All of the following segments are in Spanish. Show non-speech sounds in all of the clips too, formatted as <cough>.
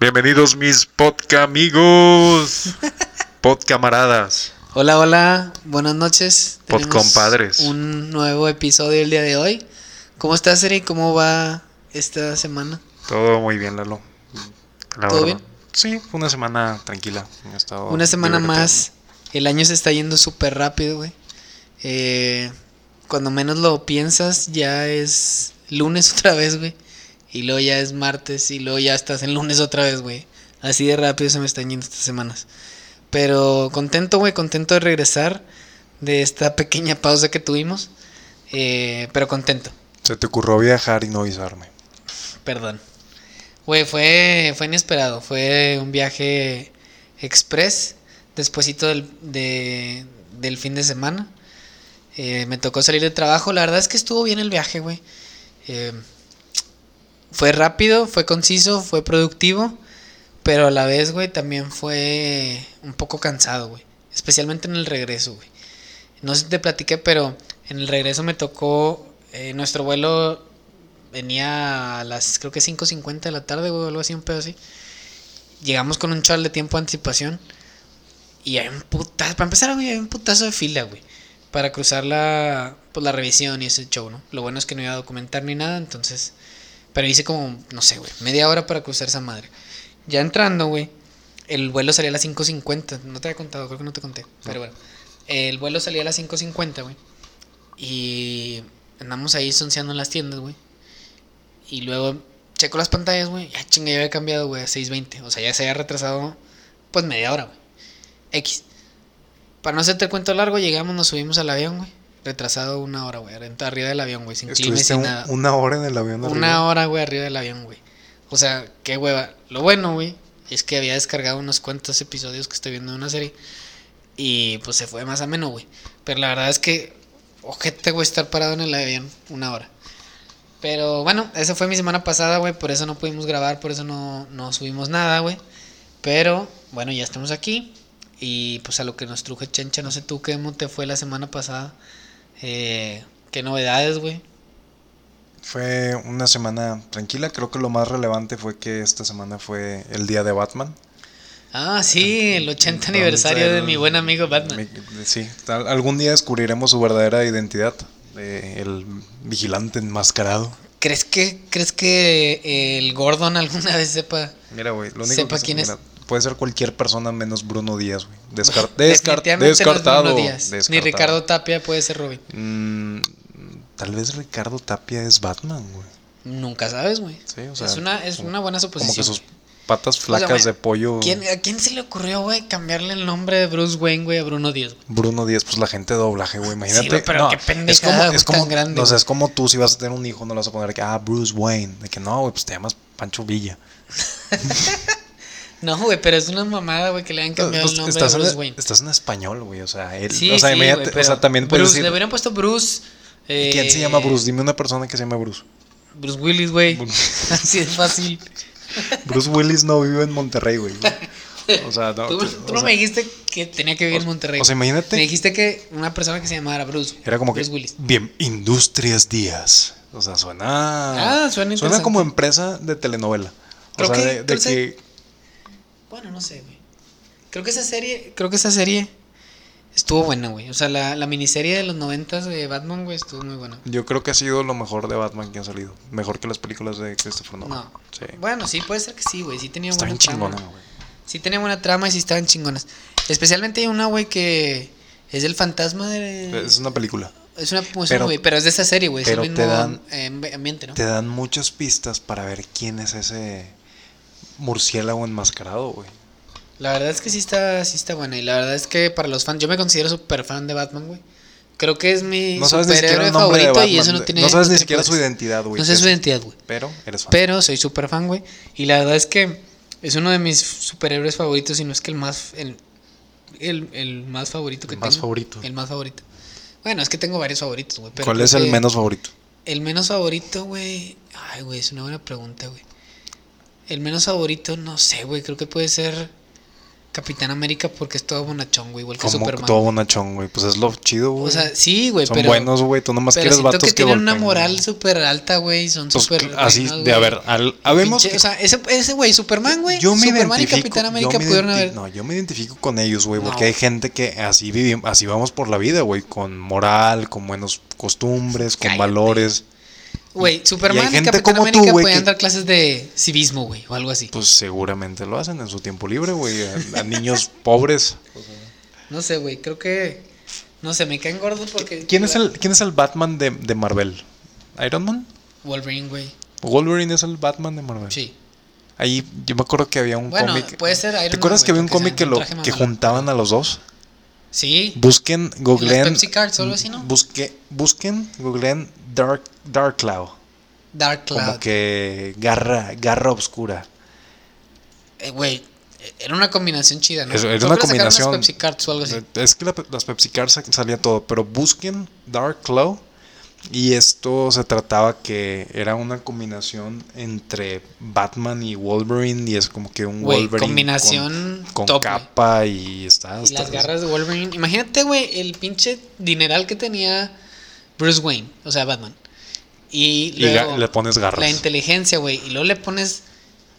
Bienvenidos mis podcast amigos, podcamaradas. Hola, hola, buenas noches. Tenemos Podcompadres. Un nuevo episodio el día de hoy. ¿Cómo estás, Eri? ¿Cómo va esta semana? Todo muy bien, Lalo. La ¿Todo verdad. bien? Sí, fue una semana tranquila. he estado Una semana divertido. más. El año se está yendo súper rápido, güey. Eh, cuando menos lo piensas, ya es lunes <laughs> otra vez, güey. Y luego ya es martes y luego ya estás en lunes otra vez, güey. Así de rápido se me están yendo estas semanas. Pero contento, güey, contento de regresar de esta <laughs> pequeña pausa que tuvimos. Eh, pero contento, Se te ocurrió viajar y no avisarme. perdón. Güey, fue, fue inesperado. Fue un viaje express despuesito del, de- del fin de semana. Eh, me tocó salir de trabajo. La verdad es que estuvo bien el viaje, güey. Eh, fue rápido, fue conciso, fue productivo. Pero a la vez, güey, también fue un poco cansado, güey. Especialmente en el regreso, güey. No sé si te platiqué, pero en el regreso me tocó... eh, nuestro vuelo venía a las, creo que 5.50 de la tarde, güey, o algo así, un pedo así. Llegamos con un chal de tiempo de anticipación. Y hay un putazo, para empezar, güey, hay un putazo de fila, güey. Para cruzar la, pues, la revisión y ese show, ¿no? Lo bueno es que no iba a documentar ni nada, entonces... Pero hice como, no sé, güey, media hora para cruzar esa madre. Ya entrando, güey, el vuelo salía a las 5.50. No te había contado, creo que no te conté. Pero bueno, el vuelo salía a las 5.50, güey. Y andamos ahí sonceando en las tiendas, güey. Y luego checo las pantallas, güey. Ya chinga, ya había cambiado, güey, a 6.20. O sea, ya se había retrasado, pues media hora, güey. X. Para no hacerte el cuento largo, llegamos, nos subimos al avión, güey. Retrasado una hora, güey. Arriba del avión, güey, sin clima y Estuviste sin un- nada. una hora en el avión. Una hora, güey, arriba del avión, güey. O sea, qué hueva. Lo bueno, güey, es que había descargado unos cuantos episodios que estoy viendo de una serie. Y pues se fue más ameno, güey. Pero la verdad es que, ojete, güey, estar parado en el avión una hora. Pero bueno, esa fue mi semana pasada, güey. Por eso no pudimos grabar, por eso no, no subimos nada, güey. Pero bueno, ya estamos aquí. Y pues a lo que nos truje Chencha, no sé tú qué cómo te fue la semana pasada. Eh, ¿Qué novedades, güey? Fue una semana tranquila. Creo que lo más relevante fue que esta semana fue el día de Batman. Ah, sí, el 80 aniversario Entonces, de mi buen amigo Batman. mi- sí, tal- algún día descubriremos su verdadera identidad. de el vigilante enmascarado. ¿Crees que crees que eh, el Gordon alguna <laughs> vez sepa? Mira, güey, lo único Sepa que se- quién es. mira, Puede ser cualquier persona menos Bruno Díaz, güey. Descar- descar- <laughs> Definitivamente no es descartado. Bruno Díaz, Ni descartado. Ricardo Tapia puede ser Robin. Mm, tal vez Ricardo Tapia es Batman, güey. Nunca sabes, güey. Sí, o sea, es una es como- una buena Como que suposición. sus patas flacas güey, de pollo. Pues ¿Quién- ¿A quién se le ocurrió, güey, cambiarle el nombre de Bruce Wayne, güey, a Bruno Díaz? güey? Bruno Díaz, pues la gente de doblaje, güey. Imagínate. güey, pero no, qué es pendejada, como, güey, es como, tan grande, O sea, güey. es como tú si vas a tener un hijo, no le vas a poner que, ah, Bruce Wayne. De que no, güey, pues te llamas Pancho Villa. No, güey, pero es una mamada, güey, que le han cambiado Pues, el nombre estás, de Bruce en, Wayne. estás en español, güey. O sea, él. Sí, o sea, sí, güey, imagínate, o pero sea, también Bruce, puedes decir. le hubieran puesto Bruce eh, ¿Quién se llama Bruce? Dime una persona que se llama Bruce. Bruce Willis, güey. <laughs> Así de fácil. Bruce Willis no vive en Monterrey, <laughs> güey. O sea, no. pues, tú o tú no sea, me dijiste que tenía que vivir en Monterrey. O sea, güey. imagínate. Me dijiste que una persona que se llamara Bruce. Era como que. Bruce Willis. Bien, Industrias Díaz. O sea, suena. Ah, suena Suena interesante. como empresa de telenovela. O Creo sea, que- de, de creo que- que. Bueno, no sé, güey. Creo que esa serie, creo que esa serie estuvo buena, güey. O sea, la, la miniserie de los noventas de Batman, güey, estuvo muy buena. Yo creo que ha sido lo mejor de Batman que ha salido. Mejor que las películas de Christopher Nolan. No. Sí. Bueno, sí, puede ser que sí, güey. Sí tenía Está bien buena trama. chingona, güey. Sí tenía buena trama y sí estaban chingonas. Especialmente hay una, güey, que es el fantasma de... Es una película. Es una... es una pero- movie, pero es de esa serie, güey. Es el pero mismo te dan- eh, ambiente, ¿no? Te dan muchas pistas para ver quién es ese murciélago enmascarado, güey. La verdad es que sí está, sí está buena. Y la verdad es que para los fans, yo me considero súper fan de Batman, güey. Creo que es mi No sabes ni siquiera superhéroe el nombre de favorito y Batman, eso no de- tiene. no sabes ni tiene siquiera su poderes. identidad, güey. No sé su Es- identidad, güey. Pero eres fan. Pero soy súper fan, güey. Y la verdad es que es uno de mis superhéroes favoritos, y no es que el más. El, el, el más favorito que El más tengo. favorito. El más favorito. Bueno, es que tengo varios favoritos, güey. pero ¿Cuál creo es el que menos favorito? El menos favorito, güey. Ay, güey, es una buena pregunta, güey. El menos favorito, no sé, güey. Creo que puede ser. Capitán América porque es todo bonachón, güey, igual que Como Superman. todo bonachón, güey. Pues es lo chido, güey. O sea, sí, güey, son pero. buenos, güey. Tú nomás pero quieres siento vatos que tienen una golpeen, moral güey. súper alta, güey. Son Pues, súper. cl- así, buenos, de a güey. ver, al, habemos Pinche- que- O sea, ese, ese güey, Superman, güey. yo me Superman y identifico- Capitán yo América me pudieron identi- haber. No, yo me identifico con ellos, güey, porque No. hay gente que así vivimos, así vamos por la vida, güey, con moral, con buenas costumbres, con Cállate. valores. Güey, Superman y, gente Capitán como tú, América güey, podían que- dar clases de civismo, güey, o algo así. Pues seguramente lo hacen en su tiempo libre, güey, a, a niños <laughs> pobres. No sé, güey, creo que. No sé, me caen gordos porque. ¿Quién es el quién es el Batman de, de Marvel? Iron Man? Wolverine, güey. Wolverine es el Batman de Marvel. Sí. Ahí yo me acuerdo que había un Bueno, cómic. puede ser Iron ¿Te acuerdas Man, que güey, había un porque se cómic que lo traje que mamalón. juntaban a los dos? Sí. Busquen, googleen. Pepsi Cards, solo así, ¿no? busque- busquen, googleen Dark, Dark Cloud. Dark Cloud. Como que garra, garra oscura. Eh, Güey, era una combinación chida, ¿no? Es- era Creo una que le sacaron unas combinación- Pepsi Cards o algo así. Eh, Es que la pe- las Pepsi Cars sa- salía todo, pero busquen Dark Cloud. Y esto se trataba que era una combinación entre Batman y Wolverine. Y es como que un Güey, Wolverine. con- combinación con, top, güey. capa y está. Y está- las garras de Wolverine. Imagínate, güey, el pinche dineral que tenía Bruce Wayne, o sea, Batman. Y, y ga- luego le pones garras. la inteligencia, güey. Y luego le pones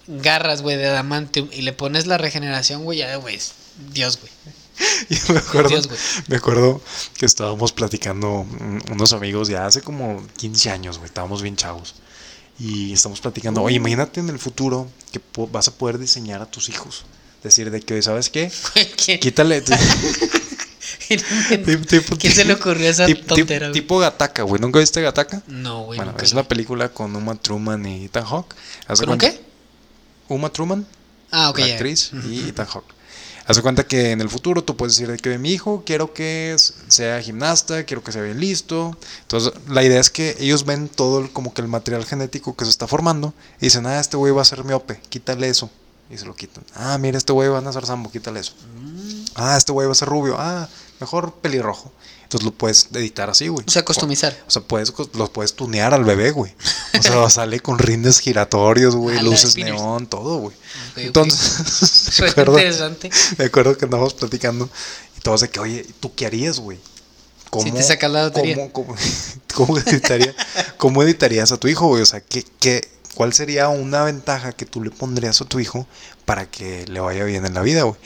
garras, güey, de adamantium. Y le pones la regeneración, güey, ya, güey. es Dios, güey. <laughs> Y me acuerdo, Dios, güey. <laughs> <laughs> me acuerdo que estábamos platicando mm, unos amigos ya hace como 15 años, güey, estábamos bien chavos. Y estamos platicando, oye, imagínate en el futuro que po- vas a poder diseñar a tus hijos. Decir de que, ¿sabes qué? Güey, ¿quién- <laughs> Quítale. ti- ¿Quién tipo- quién se le ocurrió esa tip- tip- tontera, güey? Tipo Gataca, güey. ¿Nunca viste Gataca? No, güey. Bueno, nunca es lo- una película con Uma Truman y Ethan Hawke. Haz de ¿Con cuenta- qué? Uma Truman. Ah, ok. la ya. actriz y Ethan Hawke. Hace cuenta que en el futuro tú puedes decir de que mi hijo quiero que s- sea gimnasta, quiero que sea bien listo. Entonces, la idea es que ellos ven todo el- como que el material genético que se está formando y dicen, ah, este güey va a ser miope, quítale eso. Y se lo quitan. Ah, mira, este güey va a nacer sambo, quítale eso. Mm. Ah, este güey va a ser rubio. Ah, mejor pelirrojo. Entonces lo puedes editar así, güey. O sea, customizar. O sea, puedes, cos- los puedes tunear al bebé, güey. O sea, <laughs> sale con rindes giratorios, güey, A la luces spinners. neón, todo, güey. Ok, ok. <laughs> <laughs> Entonces, me Suena acuerdo, interesante. me acuerdo que andábamos platicando y todos de que, oye, ¿tú qué harías, güey? Si te sacas la lotería. ¿Cómo, cómo, <laughs> cómo editaría- cómo editarías a tu hijo, güey? O sea, ¿qué, qué, cuál sería una ventaja que tú le pondrías a tu hijo para que le vaya bien en la vida, güey?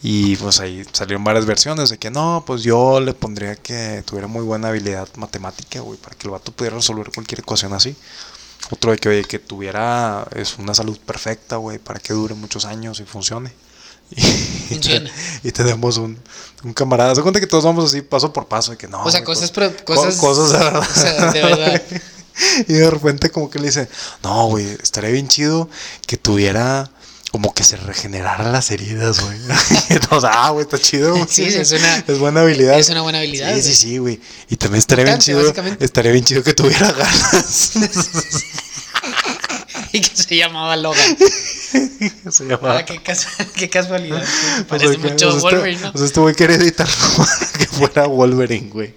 Y pues ahí salieron varias versiones de que no, pues yo le pondría que tuviera muy buena habilidad matemática, güey, para que el vato pudiera resolver cualquier ecuación así. Otro de que, oye, que tuviera es una salud perfecta, güey, para que dure muchos años y funcione. <laughs> Y, y te- Funcione. <laughs> y tenemos un, un camarada. Se cuenta que todos vamos así paso por paso. Y que no, o sea, güey, cosas, pues, pro- co- cosas. cosas de o sea, verdad. de verdad. <laughs> <laughs> y de repente como que le dice, no, güey, estaría bien chido que tuviera como que se regeneraran las heridas, güey. <laughs> Entonces, ah, güey, está chido, güey. <laughs> Sí, es una- <laughs> Es buena habilidad. Es una buena habilidad. Sí, sí, sí, güey. Y también estaría bien Mutante, chido. básicamente. Estaría bien chido que tuviera ganas. <laughs> güey. Y que se llamaba Logan. <laughs> Se llamaba. Ah, qué, cas- <laughs> qué <laughs> casualidad. güey. O sea, Parece que- o mucho sea, este- Wolverine, ¿no? O sea, este güey quería editarlo <laughs> para que fuera Wolverine, güey.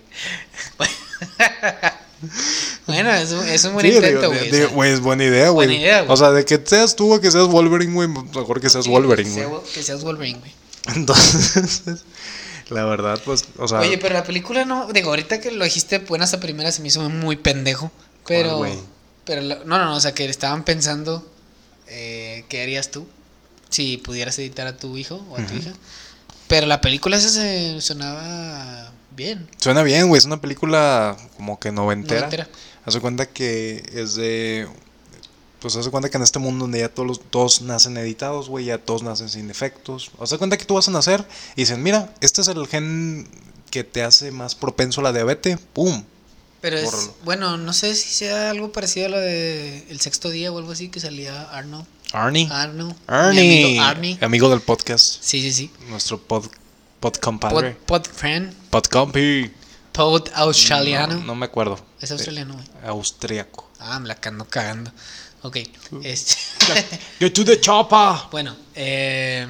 Bueno, es un, es un buen Sí, intento, digo, güey. de- o sea, güey, es buena idea, güey. buena idea, güey. O sea, de que seas tú o que seas Wolverine, güey, mejor que seas sí, Wolverine, que güey. sea Wo- Que seas Wolverine, güey. <laughs> Entonces, la verdad, pues, o sea, Oye, pero la película no. Digo, ahorita que lo dijiste buenas a primeras se me hizo muy pendejo. Pero. güey? pero la- no, no, no. O sea, que estaban pensando. eh, ¿Qué harías tú? Si pudieras editar a tu hijo o a tu Ujú. hija. Pero la película esa se sonaba bien. suena bien, güey. Es una película como que noventera. Noventera. Hace cuenta que es de. Pues hace cuenta que en este mundo donde ya todos, los- todos nacen editados, güey, ya todos nacen sin defectos. Hace cuenta que tú vas a nacer y dicen, mira, este es el gen que te hace más propenso a la diabetes, ¡pum! Pero es. Bórralo. Bueno, no sé si sea algo parecido a lo de El sexto día o algo así que salía Arnold. Arnie. Arnold. Ah, mi Arnie. amigo Arnie. Amigo del podcast. Sí, sí, sí. Nuestro pod, pod Pod, compadre. pod friend. Pod compi. Pod australiano. No, no me acuerdo. Es australiano, güey. Eh, austriaco. Ah, me la que ando cagando. Ok. este, Yo tú de chapa. <laughs> bueno, eh,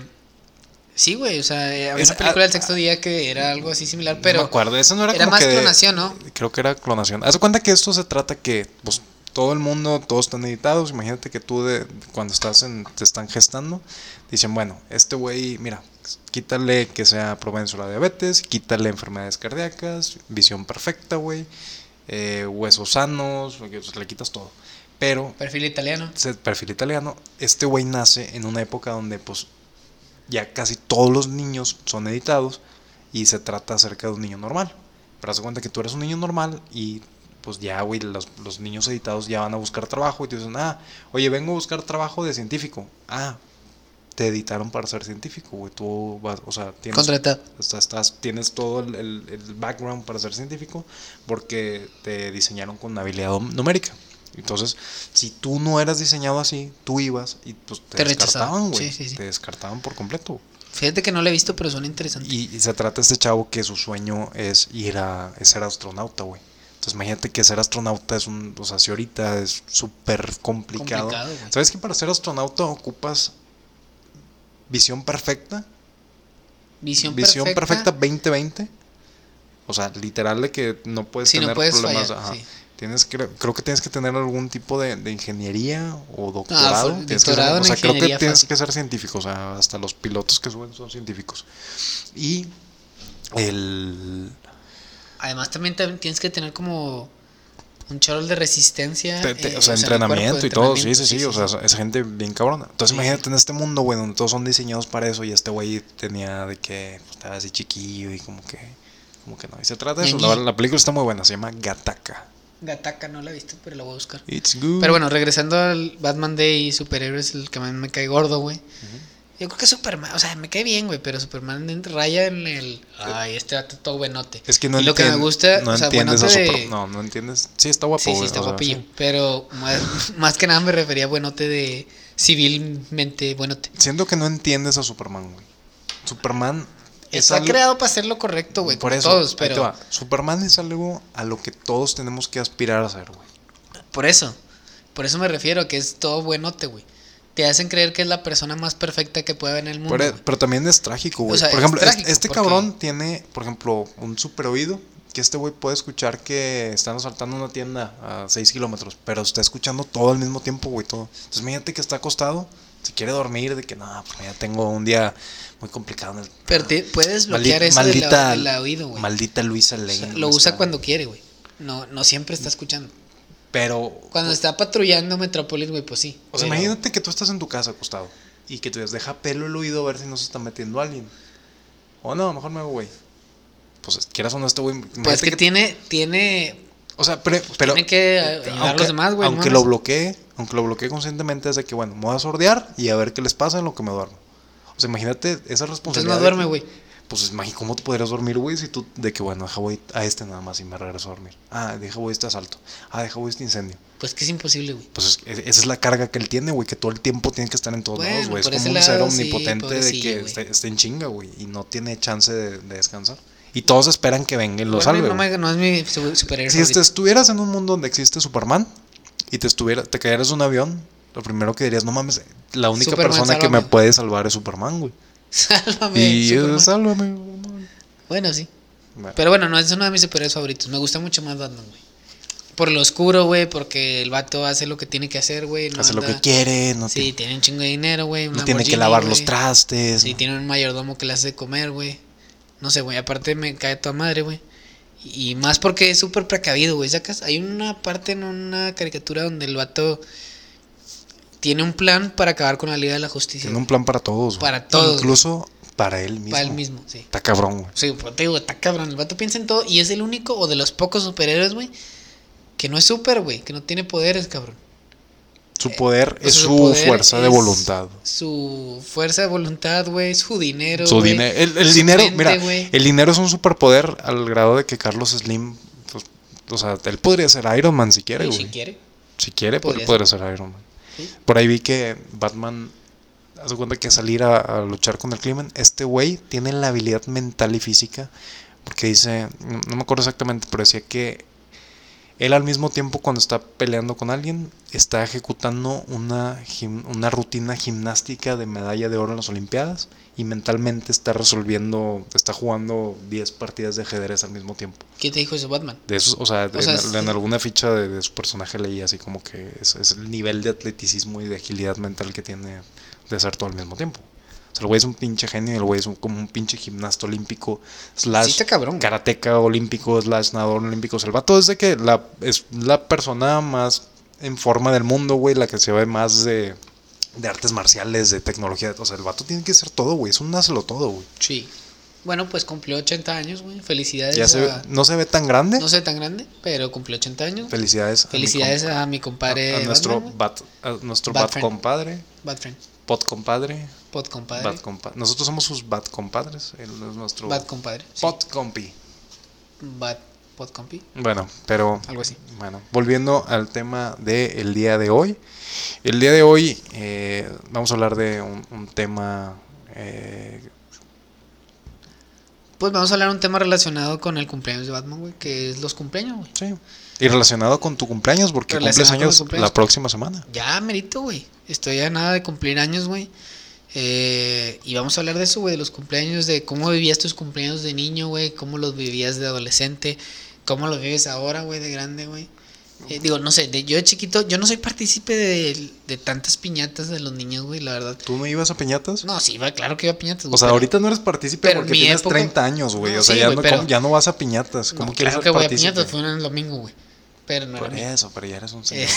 sí, güey. O sea, eh, había Es- una película ah, del sexto día que era algo así similar, Pero no me pero acuerdo. Eso no era, era como más que- clonación, ¿no? Creo que era clonación. Haz de cuenta que esto se trata que pues, todo el mundo, todos están editados. Imagínate que tú de, cuando estás en, te están gestando, dicen, bueno, este güey, mira, quítale que sea propenso a la diabetes, quítale enfermedades cardíacas, visión perfecta, güey, eh, huesos sanos, pues, le quitas todo. Pero, Perfil italiano. se- perfil italiano, este güey nace en una época donde pues ya casi todos los niños son editados y se trata acerca de un niño normal. Pero haz de cuenta que tú eres un niño normal y pues ya, güey, los, los niños editados ya van a buscar trabajo y te dicen, ah, oye, vengo a buscar trabajo de científico. Ah, te editaron para ser científico, güey, tú vas, o sea, tienes... Contratado. Estás, estás- tienes todo el, el- el background para ser científico porque te diseñaron con habilidad hom- numérica. Entonces, si tú no eras diseñado así, tú ibas y pues, te, Te descartaban, rechazaban, güey. sí, sí, sí. Te descartaban por completo. Fíjate que no lo he visto, pero suena interesante. Y, y se trata de este chavo que su sueño es ir a es ser astronauta, güey. Entonces, imagínate que ser astronauta es un. O sea, si ahorita es súper complicado. Complicado, güey. ¿Sabes que para ser astronauta ocupas visión perfecta? Visión, Visión perfecta, perfecta. 2020. O sea, literal de que no puedes Sí, no tener puedes problemas. fallar, ajá. sí. Tienes creo, creo que tienes que tener algún tipo de, de ingeniería o doctorado. full tienes que Ah, ser- doctorado en o sea, creo que ingeniería tienes fácil. que ser científico. O sea, hasta los pilotos que suben son científicos. Y el Además, también te- tienes que tener como un chorro de resistencia. te- te- eh, o sea, en el entrenamiento cuerpo, y todo, sí, entrenamiento, sí, sí, o sea, es gente bien cabrona. Entonces Sí. imagínate en este mundo, güey, donde todos son diseñados para eso y este güey tenía de que pues, estaba así chiquillo y como que, como que no. Y se trata de eso, la, Ñoñito. la película está muy buena, se llama Gataca. Gataca no la he visto, pero la voy a buscar. It's good. Pero bueno, regresando al Batman Day y superhéroes, el que más me cae gordo, güey. Yo creo que Superman, o sea, me cae bien, güey, pero Superman en- raya en el. Ay, este dato todo buenote. es que no y lo que me entien- gusta, no o sea, entiendes a buenote Super- de- No, no entiendes. Sí, está guapo, Sí, sí, güey, está o sea, guapillo. sí. Pero más, <laughs> más que nada me refería a buenote de civilmente buenote. Siento que no entiendes a Superman, güey. Superman es Está algo- creado para hacer lo correcto, güey. Por como eso, todos, ahí te pero. va. Superman es algo a lo que todos tenemos que aspirar a ser, güey. Por eso. Por eso me refiero, que es todo buenote, güey. Te hacen creer que es la persona más perfecta que puede haber en el mundo. Pero, güey. e- pero también es trágico, güey. O sea, por es ejemplo, es- trágico, este porque- cabrón tiene, por ejemplo, un super oído. Que este güey puede escuchar que están asaltando una tienda a 6 kilómetros, pero está escuchando todo al mismo tiempo, güey, todo. Entonces, imagínate que está acostado, se quiere dormir, de que nada, pues ya tengo un día muy complicado en el. Pero te Maldi- puedes bloquear eso del maldita, del oído, güey. Maldita Luisa O sea, Lane. lo güey, usa está- cuando quiere, güey. No, no siempre está escuchando. Pero. Cuando está patrullando Metrópolis, güey, pues sí. O sea, pero- imagínate que tú estás en tu casa acostado y que tú digas, deja pelo el oído a ver si no se está metiendo alguien. O no, mejor me hago güey. Pues quieras o no, este güey. Pues es imagínate que, tiene, tiene, O sea, pero. pero- eh, tiene que ayudar a los demás, güey. aunque ¿no? lo bloquee, aunque lo bloquee conscientemente, es de que, bueno, me voy a sordear y a ver qué les pasa en lo que me duermo. O sea, imagínate esa Entonces responsabilidad. no de duerme, que- güey. Pues imagínate cómo te podrías dormir, güey, si tú, de que, bueno, deja voy a este nada más y me regreso a dormir. Ah, deja voy este asalto. Ah, deja voy este incendio. Pues que es imposible, güey. Pues es- esa es la carga que él tiene, güey, que todo el tiempo tiene que estar en todos Bueno, lados, güey. Es por como ese un lado, ser sí, omnipotente de pobrecillo, que güey. esté, esté en chinga, güey, y no tiene chance de, de descansar. Y todos esperan que venga y lo Bueno, salve. no, güey. me- no es mi su- superhéroe. Si este favorito. estuvieras en un mundo donde existe Superman y te estuviera, te cayeras de un avión, lo primero que dirías, no mames, la única Superman, persona que me sálvame. puede salvar es Superman, güey. <laughs> Sálvame. Y Superman. eh, sálvame, Superman. Bueno, sí. Bueno, Pero bueno, no es uno de mis superhéroes favoritos. Me gusta mucho más Batman, güey. Por lo oscuro, güey, porque el vato hace lo que tiene que hacer, güey. no hace lo anda- que quiere, no, Sí, tiene- tiene un chingo de dinero, güey. un no tiene que Lamborghini, lavar los güey. trastes. Sí, ¿no? tiene un mayordomo que le hace de comer, güey. No sé, güey. Aparte me cae toda madre, güey. Y y más porque es súper precavido, güey. ¿Sacas? Hay una parte en una caricatura donde el vato tiene un plan para acabar con la Liga de la Justicia. Tiene güey. un plan para todos. güey. Para todos, Incluso para él mismo. Para él mismo, sí. Está cabrón, güey. Sí, pues, te digo, está cabrón. El vato piensa en todo y es el único o de los pocos superhéroes, güey, que no es súper, güey. Que no tiene poderes, cabrón. Su poder Eh, O sea, es su poder fuerza de es voluntad. Su fuerza de voluntad, güey. Su dinero. Su güey, dinero, el, el su dinero, mente, mira, güey. el dinero es un superpoder al grado de que Carlos Slim, pues, o sea, él podría ser Iron Man si quiere, Sí, güey. Si quiere. Si quiere, pues, Podría él podría ser Iron Man. Sí. Por ahí vi que Batman hace cuenta que salir a, a luchar con el crimen, este güey tiene la habilidad mental y física, porque dice, no, no me acuerdo exactamente, pero decía que Él al mismo tiempo cuando está peleando con alguien, está ejecutando una, gim- una rutina gimnástica de medalla de oro en las Olimpiadas y mentalmente está resolviendo, está jugando 10 partidas de ajedrez al mismo tiempo. ¿Qué te dijo eso Batman? De esos, o sea, O sea, en, es- en alguna ficha de, de su personaje leí así como que es, es el nivel de atleticismo y de agilidad mental que tiene de hacer todo al mismo tiempo. O sea, el güey es un pinche genio, el güey es un- como un pinche gimnasta olímpico, slash Sí, está cabrón. güey. karateca olímpico, slash nadador olímpico. O sea, el vato es de que la, es la persona más en forma del mundo, güey, la que se ve más de, de artes marciales, de tecnología. O sea, el vato tiene que ser todo, güey, es un hazlo todo, güey. Sí. Bueno, pues cumplió 80 años, güey. Felicidades. Ya se ve- a- no se ve tan grande. No sé tan grande, pero cumplió 80 años. Felicidades. a mi Felicidades a mi compadre. a, a nuestro Batman, güey. bat, a nuestro Bat bat, friend. compadre, Batfriend. pod compadre, Pod compadre. bat compa- Nosotros somos sus bat compadres, él es nuestro Bat compadre. sí. pod compi. Bat. Pod compi. Bueno, pero Algo así. bueno, volviendo al tema del día de hoy. El día de hoy eh, vamos a hablar de un, un tema eh, Pues vamos a hablar de un tema relacionado con el cumpleaños de Batman, güey. Que es los cumpleaños, güey. sí, y relacionado con tu cumpleaños, porque cumples Relacionado con años mi cumpleaños. la próxima semana. Ya, merito, güey. Estoy a nada de cumplir años, güey. Eh, y vamos a hablar de eso, güey, de los cumpleaños, de cómo vivías tus cumpleaños de niño, güey, cómo los vivías de adolescente, cómo los vives ahora, güey, de grande, güey. Eh, digo, no sé, de, yo de chiquito, yo no soy partícipe de, de tantas piñatas de los niños, güey, la verdad. ¿Tú no ibas a piñatas? No, sí, va, claro que iba a piñatas, güey. O sea, pero- ahorita no eres partícipe pero en porque mi tienes época- 30 años, güey. No, o sea, sí, ya, güey, no, pero- ¿cómo- ya no vas a piñatas. no, ¿Cómo quieres claro ser que voy a partícipe? piñatas, fue el domingo, güey. Pero no Por <laughs> era. mío. eso, pero ya eres un Eh, señor.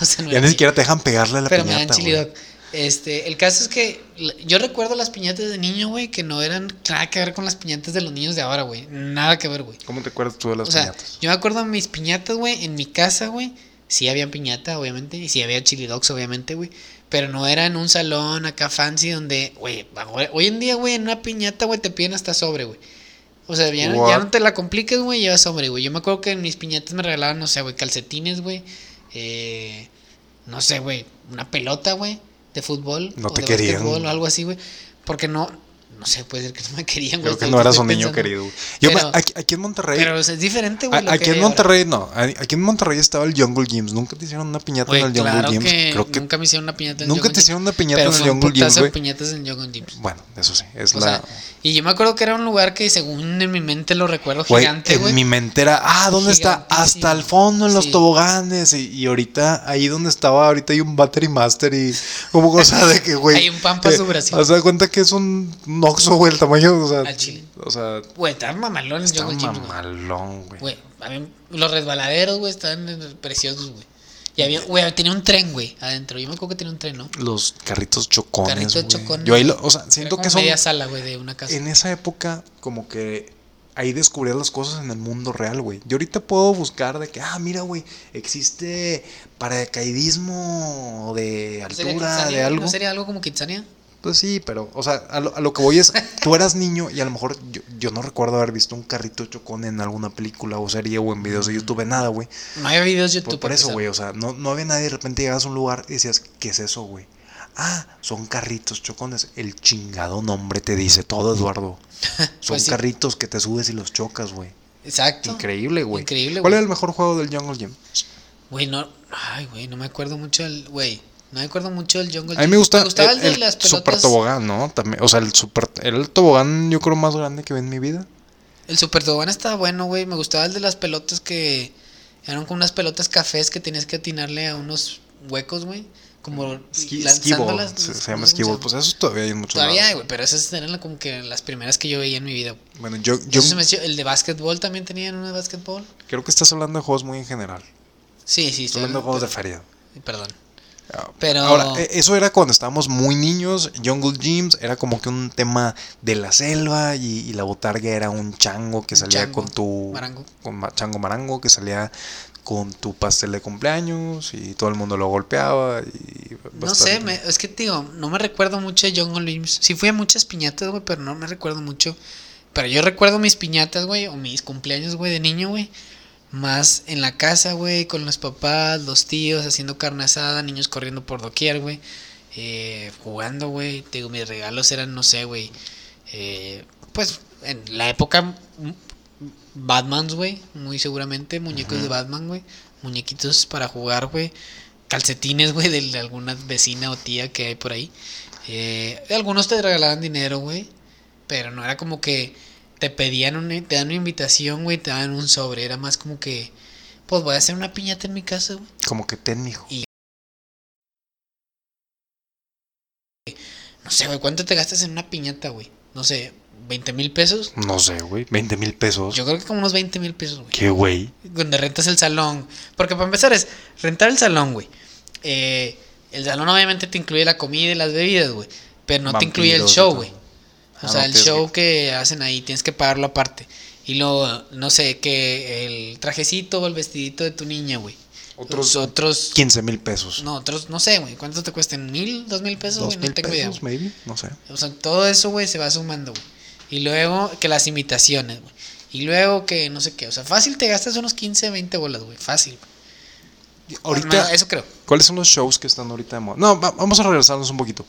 o sea, ya no era ni mío. siquiera te dejan pegarle a la Pero me dan piñata, güey. chilidoc. Este, el caso es que la- yo recuerdo las piñatas de niño, güey, que no eran nada que ver con las piñatas de los niños de ahora, güey. Nada que ver, güey. ¿Cómo te acuerdas tú de las O sea, piñatas? yo me acuerdo de mis piñatas, güey, en mi casa, güey. Sí había piñata, obviamente, y sí había chilidocs, obviamente, güey. Pero no era en un salón acá fancy donde, güey, ahora- hoy en día, güey, en una piñata, güey, te piden hasta sobre, güey. O sea, ya, no- ya What? no te la compliques, güey, llevas sobre, güey. Yo me acuerdo que en mis piñatas me regalaban, no sé, güey, calcetines, güey. Eh, no sé, güey, una pelota, güey, de fútbol. No o te de querían. basquetbol o algo así, güey. Porque no, no sé, puede ser que no me querían, güey. Creo que estoy- no eras estoy un niño pensando. querido. Yo me- Pero- aquí, aquí en Monterrey. Pero o sea, es diferente, güey. a- lo que aquí hay en ahora. Monterrey no. a- Aquí en Monterrey estaba el Jungle Gyms. Nunca te hicieron una piñata Güey, en el claro Jungle Gyms. que Creo que nunca me hicieron una piñata en nunca te hicieron una piñata en el un Jungle Gyms, putazo de güey. piñatas en Jungle Gyms. Bueno, eso sí. Es O la. sea, y yo me acuerdo que era un lugar que según en mi mente lo recuerdo Güey, gigante, en güey. mi mentera, ah, ¿dónde está? Gigantísimo. Hasta el fondo en los Sí. toboganes. Y, y ahorita, ahí donde estaba, ahorita hay un Battery Master y como cosa de que, güey. <laughs> Hay un Pampa eh, su Brasil. O sea, cuenta que es un Noxo, güey, el tamaño. O sea, Al chile. O sea, Güey, estaban mamalones en está Jungle Gyms, güey. mamalón, güey. güey. a mí Los resbaladeros, güey, estaban eh, preciosos, güey. Y había, güey, tenía un tren, güey, adentro. Yo me acuerdo que tenía un tren, ¿no? Los carritos chocones. Carrito de güey. chocones. Yo ahí, lo- o sea, Era siento como que son. media sala, güey, de una casa. En esa época, como que ahí descubrías las cosas en el mundo real, güey. Yo ahorita puedo buscar de que, ah, mira, güey, existe paracaidismo de ¿Sería altura, Kitsania, de güey? algo. ¿No sería algo como Kitsania? Pues sí, pero, o sea, a lo, a lo que voy es, tú eras niño y a lo mejor yo, yo no recuerdo haber visto un carrito chocón en alguna película o serie o en videos de YouTube, nada, güey. No había videos de Por, YouTube. por para eso, empezar. güey, o sea, no, no había nadie, de repente llegabas a un lugar y decías, ¿qué es eso, güey? Ah, son carritos chocones. El chingado nombre te dice todo, <laughs> Eduardo. Son Pues sí. carritos que te subes y los chocas, güey. Exacto. Increíble, güey. Increíble, ¿Cuál güey. era el mejor juego del Jungle Gym? Güey, no. Ay, güey, no me acuerdo mucho del. Güey, no me acuerdo mucho del Jungle A mí Gym. me gusta gustaba el, el, de el las super pelotas. tobogán, ¿no? También, o sea, el super, era el tobogán yo creo más grande que vi en mi vida. El super tobogán estaba bueno, güey. Me gustaba el de las pelotas que. Eran como unas pelotas cafés que tenías que atinarle a unos huecos, güey. Como Esqui- Esquivo, lanzándolas. se, no se sé llama cómo esquivo. llama. Pues eso todavía hay en muchos Todavía lados. hay, güey, pero esas eran la- como que las primeras que yo veía en mi vida. güey. Bueno, yo, yo Entonces, se me hacía- el de básquetbol también tenían uno de básquetbol. creo que estás hablando de juegos muy en general. Sí, sí, Estás estoy hablando de juegos hablando- de feria. Perdón. Ah, Pero- Ahora, e- eso era cuando estábamos muy niños. Jungle Gyms era como que un tema de la selva y, y la botarga era un chango que Un salía chango, con tu. marango. Con ma- chango marango que salía con tu pastel de cumpleaños y todo el mundo lo golpeaba. Y No bastante- sé, me- es que te digo, no me recuerdo mucho de Jungle Gyms. Sí fui a muchas piñatas, güey, pero no me recuerdo mucho. Pero yo recuerdo mis piñatas, güey, o mis cumpleaños, güey, de niño, güey. Más en la casa, güey, con los papás, los tíos, haciendo carne asada, niños corriendo por doquier, güey. eh, jugando, güey. Te digo, mis regalos eran, no sé, güey. eh, pues en la época mm, Batmans, güey, muy seguramente, muñecos de Batman, güey, muñequitos para jugar, güey, calcetines, güey, de de alguna vecina o tía que hay por ahí. Eh, algunos te regalaban dinero, güey, pero no era como que te pedían una, te dan una invitación, güey, te dan un sobre, era más como que, pues voy a hacer una piñata en mi casa, güey. Como que ten, mijo. No sé, güey, ¿cuánto te gastas en una piñata, güey? No sé, 20 mil pesos. No sé, güey. 20 mil pesos. Yo creo que como unos 20 mil pesos, güey. ¿Qué, güey? Donde rentas el salón. Porque para empezar es rentar el salón, güey. Eh, el salón obviamente te incluye la comida y las bebidas, güey. Pero no te incluye el Vampiros y show, todo. güey. O Ah, sea, no, el tienes show que hacen ahí tienes que pagarlo aparte. Y luego, no sé, que el trajecito o el vestidito de tu niña, güey. Los Otros Otros. 15 mil pesos. No, otros, no sé, güey. ¿Cuánto te cuesten? ¿Mil? ¿Dos mil pesos? Dos güey? No mil tengo idea. pesos, maybe. No sé. O sea, todo eso, güey, se va sumando, güey. Y luego que las imitaciones, güey. Y luego que no sé qué. O sea, fácil te gastas unos 15, 20 bolas, güey. Fácil. güey. Ahorita, Eso creo. ¿cuáles son los shows que están ahorita de moda? No, va- vamos a regresarnos un poquito.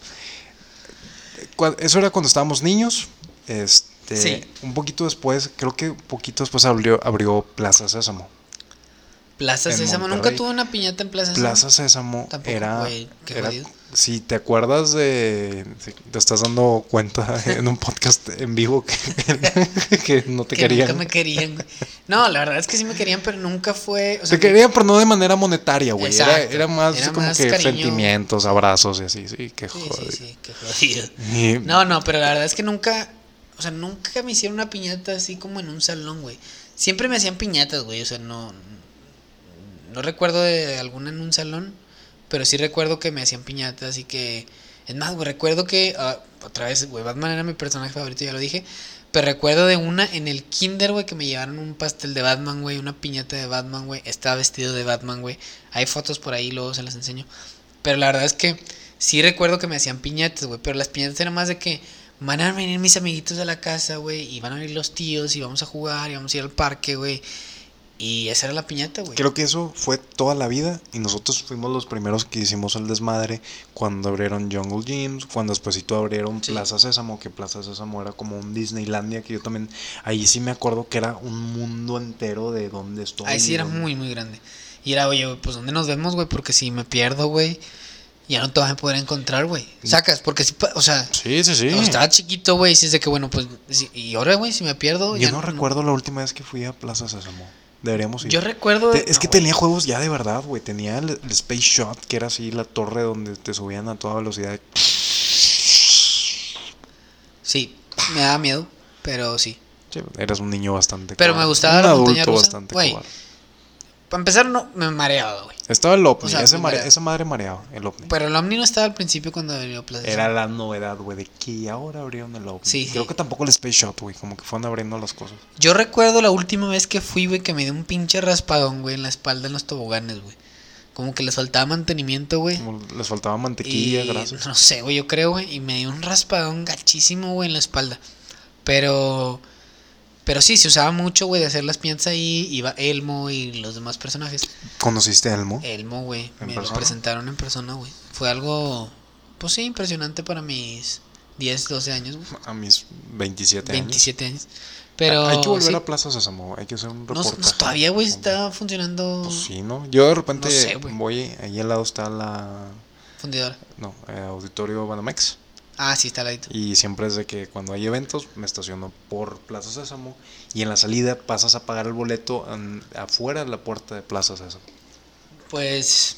Cua- Eso era cuando estábamos niños. Este, Sí. Un poquito después, creo que un poquito después abrió, abrió Plaza Sésamo. Plaza En Sésamo. Nunca Monterrey. tuve una piñata en Plaza Sésamo. Plaza Sésamo Tampoco, era. güey, qué era- jodido. si te acuerdas de. si te estás dando <laughs> cuenta en un podcast en vivo que, <laughs> que no te que querían. nunca me querían, güey. No, la verdad es que sí me querían, pero nunca fue. O sea, te querían, pero no de manera monetaria, güey. Era, Exacto. era más Era como más que cariño. sentimientos, abrazos y así. Sí, qué Sí, jodido. sí, sí, qué jodido. Y- No, no, pero la verdad es que nunca. O sea, nunca me hicieron una piñata así como en un salón, güey. Siempre me hacían piñatas, güey. O sea, no. No recuerdo de alguna en un salón. Pero sí recuerdo que me hacían piñatas y que. Es más, güey, recuerdo que. ah, otra vez, güey, Batman era mi personaje favorito, ya lo dije. Pero recuerdo de una en el kinder, güey, que me llevaron un pastel de Batman, güey, una piñata de Batman, güey. Estaba vestido de Batman, güey. Hay fotos por ahí, luego se las enseño. Pero la verdad es que sí recuerdo que me hacían piñatas, güey. Pero las piñatas eran más de que van a venir mis amiguitos a la casa, güey. Y van a venir los tíos y vamos a jugar y vamos a ir al parque, güey. Y esa era la piñata, güey. Creo que eso fue toda la vida y nosotros fuimos los primeros que hicimos el desmadre cuando abrieron Jungle Gyms, cuando despuesito abrieron Sí. Plaza Sésamo, que Plaza Sésamo era como un Disneylandia que yo también, ahí sí me acuerdo que era un mundo entero de donde estoy. Ahí sí y era dónde- muy, muy grande. Y era, oye, güey, pues ¿dónde nos vemos, güey? Porque si me pierdo, güey, ya no te vas a poder encontrar, güey. Sacas, porque si, pa- o sea, Sí, sí, sí. cuando estaba chiquito, güey, si es de que, bueno, pues, si- y ahora, güey, si me pierdo. ya Yo no recuerdo la última vez que fui a Plaza Sésamo. Deberíamos ir. Yo recuerdo. Te- es no, que güey. tenía juegos ya de verdad, güey. Tenía el, el Space Shot, que era así la torre donde te subían a toda velocidad. Sí, me daba miedo, pero sí. Che, eras un niño bastante Pero me cobarde. gustaba un la montaña adulto rusa, bastante güey. cobarde. Para empezar, no, me mareaba, güey. Estaba el ovni, O sea, pues, ese muy mare- mareado. esa madre mareaba, el ovni. Pero el Omni no estaba al principio cuando abrió Plaza. Era la novedad, güey, de que ahora abrieron el ovni. Pues, Sí, Creo sí. que tampoco el Space Shot, güey, como que fueron abriendo las cosas. Yo recuerdo la última vez que fui, güey, que me dio un pinche raspadón, güey, en la espalda en los toboganes, güey. Como que les faltaba mantenimiento, güey. Como les faltaba Y pues, mantequilla, grasa. no sé, güey, yo creo, güey, y me dio un raspadón gachísimo, güey, en la espalda. Pero pero sí, se usaba mucho, güey, de hacer las piñatas ahí, iba Elmo y los demás personajes. ¿Conociste a Elmo? Elmo, güey, ¿En me lo persona? presentaron en persona, güey. Fue algo pues sí, impresionante para mis 10, 12 años, güey, A mis 27, años. 27 años. Pero Hay que volver sí, a Plaza Sésamo, güey, hay que hacer un no, reportaje. no, todavía, güey, Hombre, está funcionando Pues sí, ¿no? Yo de repente No sé, güey. voy, ahí al lado está la... fundidora. No, eh, Auditorio Banamex. Ah, sí, está al ladito. Y siempre es de que cuando hay eventos me estaciono por Plaza Sésamo y en la salida pasas a pagar el boleto en- afuera de la puerta de Plaza Sésamo. Pues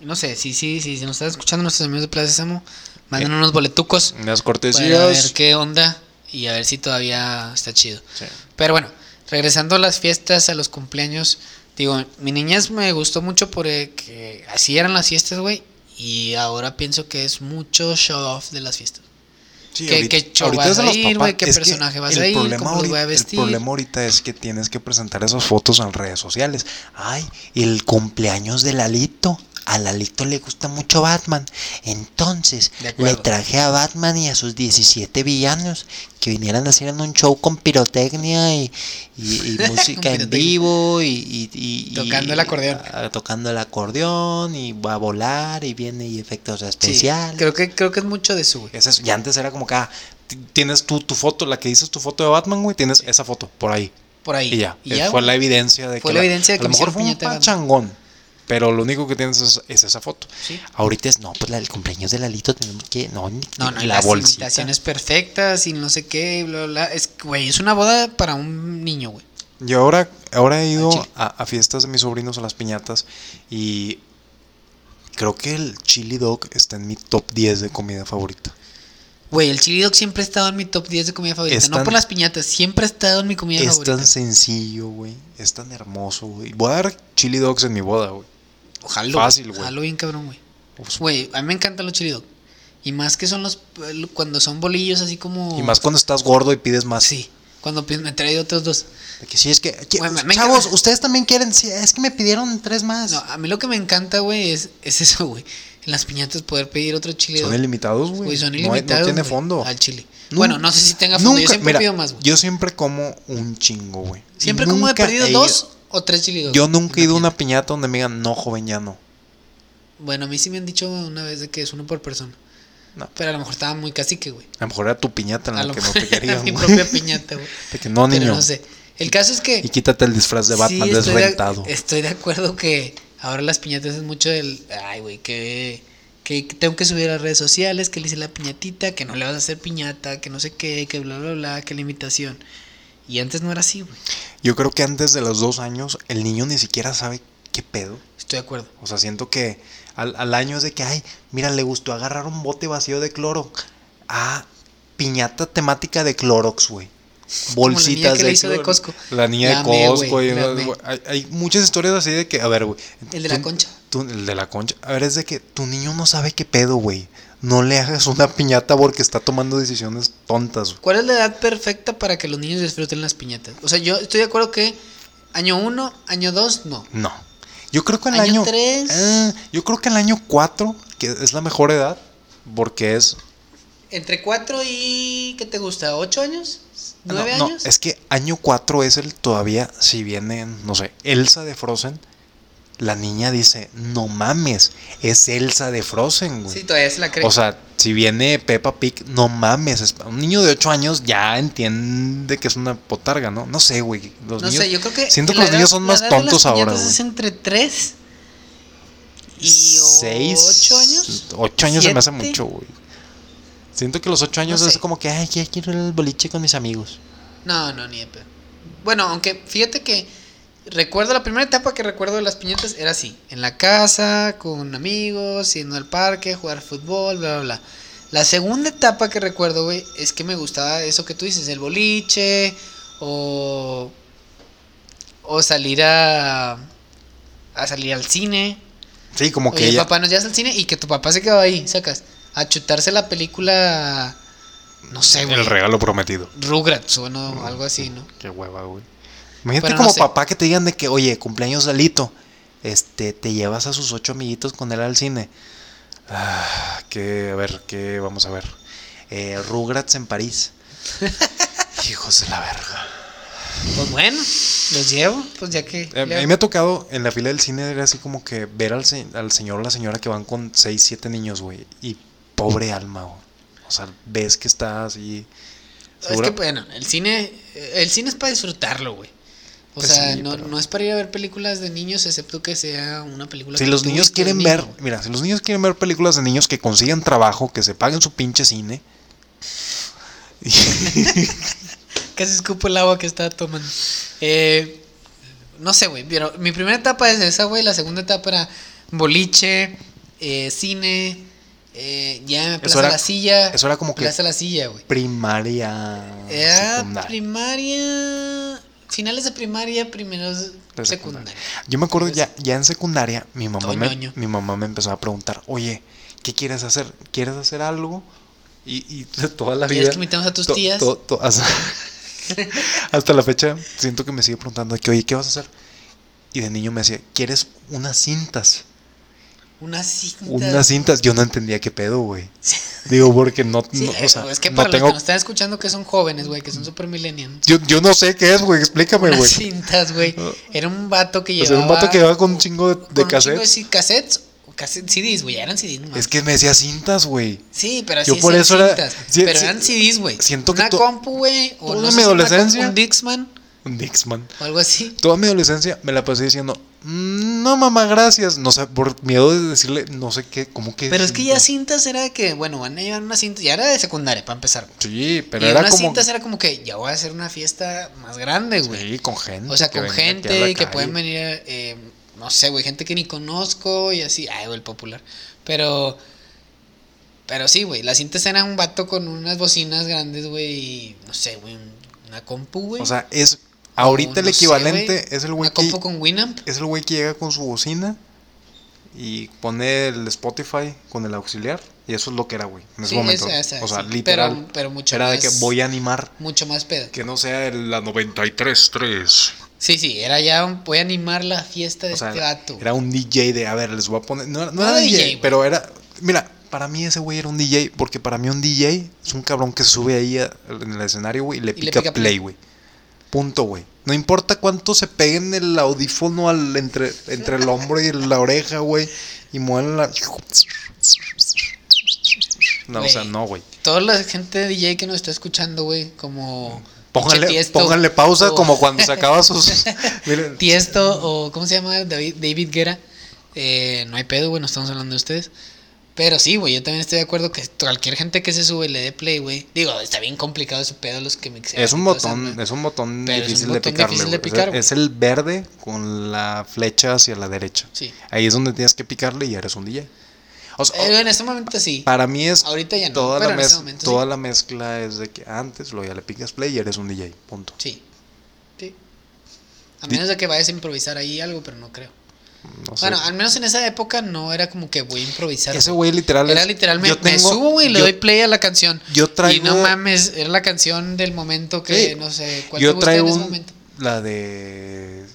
no sé, sí, sí, sí, si nos están escuchando nuestros amigos de Plaza Sésamo, manden unos boletucos. Las para ver cortesías. qué onda y a ver si todavía está chido. Sí. Pero bueno, regresando a las fiestas, a los cumpleaños, digo, mi niñez me gustó mucho porque así eran las fiestas, güey, y ahora pienso que es mucho show off de las fiestas. Sí, ¿Qué- qué show vas es de a los ir, güey? papás. ¿Qué Es que personaje vas el a ir? problema ¿Cómo los ahorita- voy a vestir? El problema ahorita es que tienes que presentar esas fotos en redes sociales. Ay, el cumpleaños de Lalito. A Lalito le gusta mucho Batman. Entonces, De acuerdo. Le traje a Batman y a sus 17 villanos que vinieran a hacer un show con pirotecnia y, y- y <laughs> música en pirotecnia. vivo y, y- y- y- Tocando el acordeón. a- tocando el acordeón y va a volar y viene y efectos especiales. creo que creo que es mucho de eso, güey. Ese es- y antes era como que ah, ti- tienes tu, tu foto, la que dices tu foto de Batman, güey, tienes esa foto por ahí. Por ahí. Y ya, Y ya, fue güey. la evidencia de Fue que la evidencia de a que lo me mejor hicieron fue un piñata grande. pachangón, pero lo único que tienes es, es esa foto. Sí. Ahorita es, no, pues la- el cumpleaños de Lalito tenemos que, no, ni- No, no, ni y la las bolsita. invitaciones perfectas y no sé qué, y bla, bla. bla. Es, que, güey, es una boda para un niño, güey. Yo ahora, ahora he ido Al chile. a, a fiestas de mis sobrinos a las piñatas y creo que el chili dog está en mi top 10 de comida favorita. Güey, el chili dog siempre ha estado en mi top 10 de comida favorita. Es No tan- por las piñatas, siempre ha estado en mi comida Es favorita. tan sencillo, güey. Es tan hermoso, güey. Voy a dar chili dogs en mi boda, güey. Ojalá. fácil, güey. Ojalá bien cabrón, güey. Pues, Güey, a mí me encantan los chili dog. Y más que son los eh, cuando son bolillos así como Y más cuando estás gordo y pides más. sí, cuando pi- me trae otros dos. De que sí, es que, que- Güey, me- me chavos, encanta- ustedes también quieren, sí, es que me pidieron tres más. No, a mí lo que me encanta, güey, es, es eso, güey. En las piñatas poder pedir otro chili Son dog. ilimitados, güey. Güey, son No hay- ilimitados. No, tiene güey, fondo. Al chile. Nun- Bueno, no sé si tenga fondo. yo siempre mira, pido más, güey. Yo siempre como un chingo, güey. Y Siempre como he nunca perdido he ido- dos o tres chili dogs. Yo nunca he ido a Imagínate. una piñata donde me digan, no, joven, ya no. Bueno, a mí sí me han dicho una vez de que es uno por persona. No. Pero a lo mejor estaba muy cacique, güey. A lo mejor era tu piñata en A la lo que no mejor te era querían, mi güey. propia piñata, güey. De que <laughs> no, niño. Pero no sé. El caso es que. Y quítate el disfraz de Batman Sí, estoy de- desrentado. estoy de acuerdo que ahora las piñatas es mucho del. Ay, güey, que, que tengo que subir a redes sociales, que le hice la piñatita, que no le vas a hacer piñata, que no sé qué, que bla, bla, bla, que la invitación. Y antes no era así, güey. Yo creo que antes de los dos años, el niño ni siquiera sabe qué pedo. Estoy de acuerdo. O sea, siento que al, al año es de que, ay, mira, le gustó agarrar un bote vacío de cloro. Ah, piñata temática de Clorox, <laughs> güey. niña Bolsitas que le hizo de cloro. Costco. La niña La de amé, Costco. güey, y la las- amé. güey, hay, hay muchas historias así de que, a ver, güey. El de la tú- concha. tú- el de la concha. A ver, es de que tu niño no sabe qué pedo, güey. No le hagas una piñata porque está tomando decisiones tontas. güey. ¿Cuál es la edad perfecta para que los niños disfruten las piñatas? O sea, yo estoy de acuerdo que año 1, año 2, no. No. Yo creo que el Año año. tres. Ah, yo creo que el año 4, que es la mejor edad, porque es. Entre 4 y. ¿Qué te gusta? ¿8 años? No, ¿9 no, años? es que año 4 es el todavía, si viene, no sé, Elsa de Frozen, la niña dice, no mames, es Elsa de Frozen, güey. Sí, todavía se la creo. o sea, si viene Peppa Pig, no mames, es- un niño de 8 años ya entiende que es una potarga, ¿no? No sé, güey. Los no niños, sé, yo creo que. siento que la los niños edad- son la más edad de las tontos ahora, piñatas güey. Es entre 3 y 6 8 años. 8 años se me hace ¿Siete? mucho, güey. Siento que los 8 años No es sé. como que, ay, ya quiero ir al boliche con mis amigos. No, no, ni de pedo. Bueno, aunque fíjate que. Recuerdo la primera etapa que recuerdo de las piñatas era así: en la casa, con amigos, yendo al parque, jugar fútbol, bla, bla, bla. La segunda etapa que recuerdo, güey, es que me gustaba eso que tú dices: el boliche, o. o salir a. a salir al cine. Sí, como que Oye, ella- papá, nos llevas al cine y que tu papá se quedó ahí, sacas. A chutarse la película. No sé, güey. el regalo prometido. Rugrats o no, algo así, ¿no? Qué hueva, güey. Imagínate Pero no como sé. papá que te digan de que, oye, cumpleaños de Alito, este, te llevas a sus ocho amiguitos con él al cine. Ah, que, a ver, que vamos a ver. Eh, Rugrats en París. Hijos de la verga. Pues bueno, los llevo, pues ya que. Eh, ya- A mí me ha tocado en la fila del cine, era así como que ver al, se- al señor o la señora que van con seis, siete niños, güey. Y pobre alma, güey. O sea, ves que está así. es segura- que bueno, el cine, eh, el cine es para disfrutarlo, güey. O Pues sea, sí, no, pero- no es para ir a ver películas de niños, excepto que sea una película. Si que los tú niños viste de quieren niño, ver, güey. mira, si los niños quieren ver películas de niños que consigan trabajo, que se paguen su pinche cine. Casi escupo el agua que estaba tomando. Eh, no sé, güey. Pero mi primera etapa es esa, güey. La segunda etapa era boliche, eh, cine, eh, ya Plaza era- la Silla. eso era como que- Plaza la Silla, güey. Primaria, Era Ah, secundaria. primaria. Finales de primaria, primeros de secundaria. Yo me pues, acuerdo ya, ya en secundaria, mi mamá, Todo me, ñoño. mi mamá me empezó a preguntar, oye, ¿qué quieres hacer? ¿Quieres hacer algo? Y, y toda la ¿Quieres vida. que invitemos a tus to- tías? to- to- hasta, <laughs> hasta la fecha siento que me sigue preguntando de que, oye, ¿qué vas a hacer? Y de niño me decía, ¿quieres unas cintas? Unas cintas. Unas cintas, yo no entendía qué pedo, güey. Digo, porque no, Sí, no, o sea, es que no para los tengo. que nos están escuchando que son jóvenes, güey, que son super millennials. Yo, yo no sé qué es, güey, explícame, Unas güey. Ah. cintas, güey. Era un vato que O llevaba. sea, un vato que va con un chingo de, ah, con de un chingo cassettes. ci- cassettes. o cassette- CDs, güey, ya eran CDs, no Es que me decía cintas, güey. Sí, pero Yo sí por eran eso era- cintas, sí, pero sí, eran CDs, güey. siento que Una to- compu, güey. O toda no mi sé si una adolescencia- compu, un Dixman. Un Dixman. o algo así. Toda mi adolescencia me la pasé diciendo, "Mm, no mamá, gracias. No sé, por miedo de decirle, no sé qué, cómo que. Pero es que ya cintas era que, bueno, van a llevar una cinta, ya era de secundaria, para empezar. Sí, pero y era unas como. cintas era como que ya voy a hacer una fiesta más grande, güey. Sí, con gente. o sea, que con venga aquí a la gente y que calle. pueden venir, eh, no sé, güey, gente que ni conozco y así. Ay, güey, el popular. Pero, pero sí, güey, las cintas eran un vato con unas bocinas grandes, güey, y no sé, güey, un- una compu, güey. O sea, es. Ahorita O el no sé, equivalente güey, es el güey Una que. compu con Winamp. Es el güey que llega con su bocina y pone el Spotify con el auxiliar. Y eso es lo que era, güey, en ese Sí, momento. esa, esa, o sea, sí, literal. Pero, pero mucho era más. de que voy a animar Mucho más pedo. que no sea el- la 93.3. Sí, sí, era ya un- voy a animar la fiesta de O sea, este vato. era un DJ de, a ver, les voy a poner. No, no era era DJ, DJ, güey. pero era. Mira, para mí ese güey era un DJ, porque para mí un DJ es un cabrón que se sube ahí a- en el escenario, güey, y le le pica, pica play. play, güey. Punto, güey. No importa cuánto se peguen el audífono al, entre, entre el hombro y la oreja, güey, y mueven la. No, o sea, Güey. no, güey. Toda la gente de DJ que nos está escuchando, güey, como. pinche Pónganle, Tiesto pónganle pausa o- como <laughs> cuando sacaba sus. Miren, Tiesto o. ¿Cómo se llama? David, David Guerra. Eh, no hay pedo, güey, no estamos hablando de ustedes. Pero sí, güey, yo también estoy de acuerdo que cualquier gente que se sube y le dé play, güey. Digo, está bien complicado su pedo los que me Es un botón, es un botón Pero es un difícil de botón picarle. difícil de güey. picar, güey. es, es el verde con la flecha hacia la derecha. Sí. Ahí es donde tienes que picarle y eres un DJ. O sea, Eh, en este momento sí. para mí es Ahorita ya no. toda, pero la, en este mez- momento toda la mezcla es de que antes lo ya le picas play y eres un DJ. Punto. sí. Sí. Sí. A Di- menos de que vayas a improvisar ahí algo, pero no creo. No sé. Bueno, al menos en esa época no era como que voy a improvisar. ese güey literal Era es- literalmente, yo me tengo- subo y le yo- doy play a la canción. Yo traigo y no mames, era la canción del momento que Sí. no sé cuál te Yo gusta traigo en ese un- momento. la de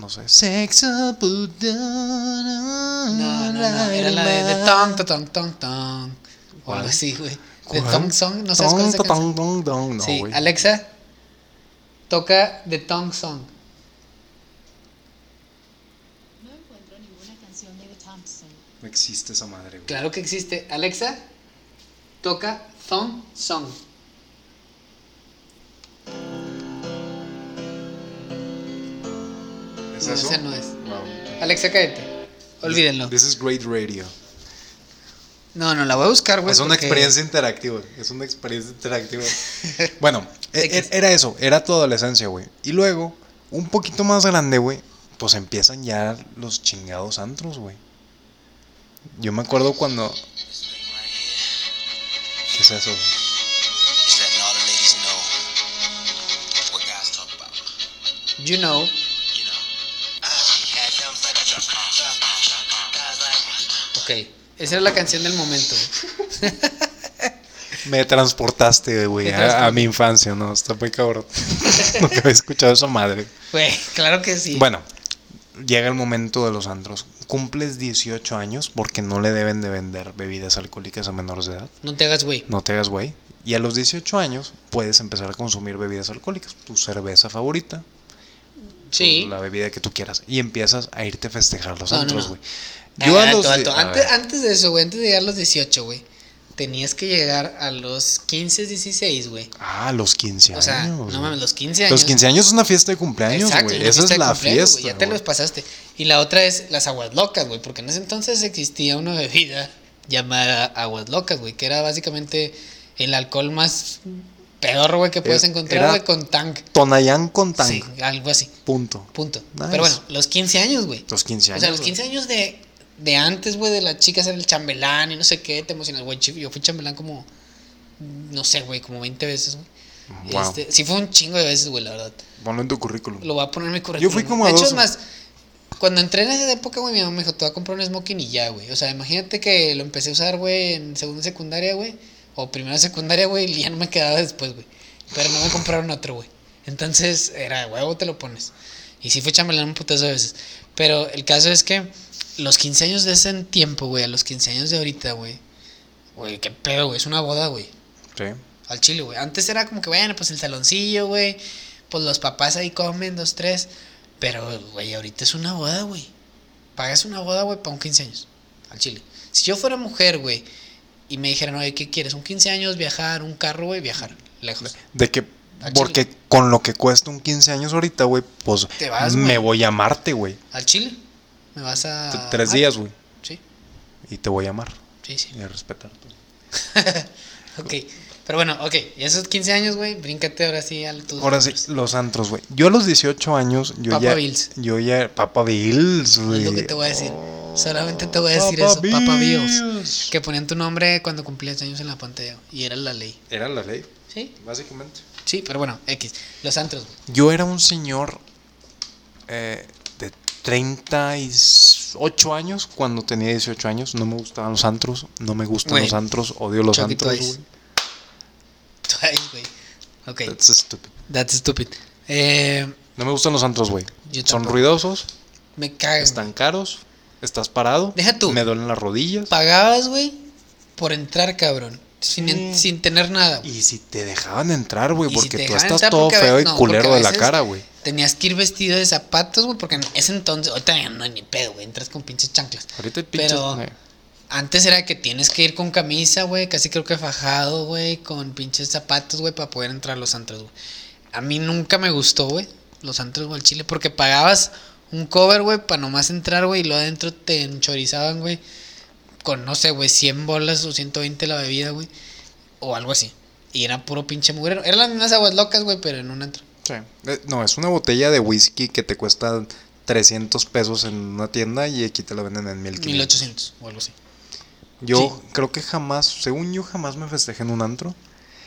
no sé. Sexo Ah, No, no, no, era la de, de Tong, to Tong, Tong, Tong. O ¿Cuál? algo así, güey. De ¿Cuál? Tong Song, no sabes cuál es esa canción. no, sí, güey. Alexa, toca The Tong Song. No encuentro ninguna canción de The Thompson. No existe esa madre, güey. Claro que existe. Alexa, toca Thong Song. ¿Es no, eso? esa no es. Wow. Alexa, cállate. Olvídenlo. This is great radio. No, no, la voy a buscar, güey. es una porque- experiencia interactiva. Es una experiencia <laughs> interactiva. bueno, e- X. e- era eso. Era tu adolescencia, güey. Y luego, un poquito más grande, güey, pues empiezan ya los chingados antros, güey. Yo me acuerdo cuando. ¿Qué es eso? Just letting all the ladies know what guys talk about. You know. You know, she had them like a drop car. Guys like, Ok. Esa era la canción del momento, güey. Me transportaste, güey, Te a, transportaste. a mi infancia, ¿no? Está muy cabrón. <laughs> Nunca había escuchado esa madre. Güey, <laughs> claro que sí. Bueno, llega el momento de los antros. Cumples 18 años porque no le deben de vender bebidas alcohólicas a menores de edad. No te hagas, güey. No te hagas güey. Y a los 18 años puedes empezar a consumir bebidas alcohólicas, tu cerveza favorita, Sí. la bebida que tú quieras. Y empiezas a irte a festejar los No, no, antros, no. güey. Yo a Alto, los de- alto. a Antes, ver, antes de eso, güey, antes de llegar a los 18, güey, tenías que llegar a los 15, 16, güey. Ah, a los 15 O sea, años. no güey. mames, los 15 años. Los 15 años es una fiesta de cumpleaños, Exacto, güey. una Esa fiesta es de la cumpleaños, fiesta. güey, Ya te güey. los pasaste. Y la otra es las aguas locas, güey, porque en ese entonces existía una bebida llamada aguas locas, güey, que era básicamente el alcohol más pedorro, güey, que puedes Era- encontrar, güey, con tank. Tonayán con tank. Sí, algo así. Punto. Punto. Nice. Pero bueno, los 15 años, güey. Los 15 años. O sea, los güey. 15 años de, de antes, güey, de las chicas era el chambelán y no sé qué, te emocionas, güey. chi- Yo fui chambelán como, no sé, güey, como 20 veces, güey. Wow. Este, sí fue un chingo de veces, güey, la verdad. Ponlo en tu currículum. Lo voy a poner en mi currículum. Yo fui como a De hecho, dos. es más, cuando entré en esa época, güey, mi mamá me dijo, te voy a comprar un smoking y ya, güey. O sea, imagínate que lo empecé a usar, güey, en segunda secundaria, güey. O primera secundaria, güey, y ya no me quedaba después, güey. Pero no me compraron otro, güey. Entonces, era, huevo, te lo pones. Y sí fue chambelán un putazo de veces. Pero el caso es que los 15 años de ese tiempo, güey, a los 15 años de ahorita, güey. Güey, qué pedo, güey. Es una boda, güey. Sí. Al chile, güey. Antes era como que, bueno, pues el saloncillo, güey. Pues los papás ahí comen, dos, tres. Pero, güey, ahorita es una boda, güey. Pagas una boda, güey, para un 15 años. Al chile. Si yo fuera mujer, güey, y me dijeran, oye, ¿qué quieres? ¿Un 15 años viajar? ¿Un carro, güey? Viajar. Lejos. De que Al Porque chile. con lo que cuesta un 15 años ahorita, güey, pues Te vas, me güey. Ah. voy a Marte, güey. Al Chile. Me vas a. T- Tres amar? días, güey. Sí, Y te voy a amar sí, sí. y a respetar. todo. Ok. Pero bueno, ok. Y esos 15 años, güey, bríncate ahora sí a tus. Ahora sí, los antros, güey. Yo a los 18 años, yo Papa ya. Bills. Yo ya. Papa Bills, güey. Es lo que te voy a decir. Oh, Solamente te voy a decir Papa eso, Papa Bills. Bills. Que ponían tu nombre cuando cumplías años en la pantalla. Y era la ley. Era la ley, Sí, básicamente. sí, pero bueno, X. Los antros, güey. Yo era un señor eh, de 38 años cuando tenía 18 años. No me gustaban los antros. No me gustan Güey. los antros. Odio los Chucky antros, Twice. <laughs> güey. Twice, E. güey. Ok, that's, That's stupid. stupid. Eh, No me gustan los antros, güey. Yo Son tampoco. ruidosos, me cago. están caros, estás parado. Deja tú. Me duelen las rodillas. Pagabas, güey, por entrar, cabrón. Sin, Sí. sin tener nada. güey. Y si te dejaban entrar, güey, Y si porque te tú dejaban estás entrar, todo porque a ve- feo y no, porque culero a de la veces- cara, güey. Tenías que ir vestido de zapatos, güey, porque en ese entonces, ahorita ya no hay ni pedo, güey, entras con pinches chanclas. Ahorita hay pinches. Pero eh, antes era que tienes que ir con camisa, güey, casi creo que fajado, güey, con pinches zapatos, güey, para poder entrar a los antros, güey. A mí nunca me gustó, güey, los antros, güey, al chile, porque pagabas un cover, güey, para nomás entrar, güey, y luego adentro te enchorizaban, güey, con, no sé, güey, 100 bolas o 120 la bebida, güey, o algo así. Y era puro pinche mugrero. Eran las mismas aguas locas, güey, pero en un antro. sí. Eh, No, es una botella de whisky que te cuesta 300 pesos en una tienda y aquí te la venden en 1500. 1800 o algo así. Yo Sí. creo que jamás, según yo, jamás me festejé en un antro.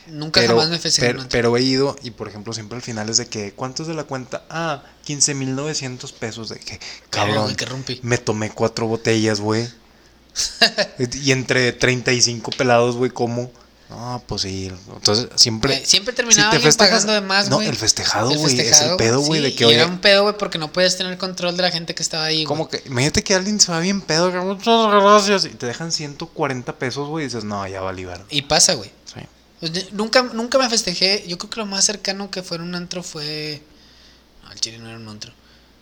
Nunca pero, jamás me festejé en pero, un antro. pero he ido y, por ejemplo, siempre al final es de que, ¿cuánto es de la cuenta? Ah, 15.900 pesos. De que, Verga, cabrón, güey, que rompí. me tomé cuatro botellas, güey. y entre 35 pelados, güey, ¿cómo? No, pues sí. Entonces, siempre. Güey, Eh, siempre terminaba alguien pagando de más, No, güey. el festejado, El güey. Es el festejado, pedo, güey, sí, de que, y oye, era un pedo, güey, porque no podías tener control de la gente que estaba ahí. como güey. que, imagínate que alguien se va bien pedo, que muchas gracias. Y te dejan 140 pesos, güey, y dices, no, ya va a liberar. Y pasa, güey. Sí. Pues, de- Nunca, nunca me festejé. Yo creo que lo más cercano que fue en un antro fue. no, Al chile no era un antro.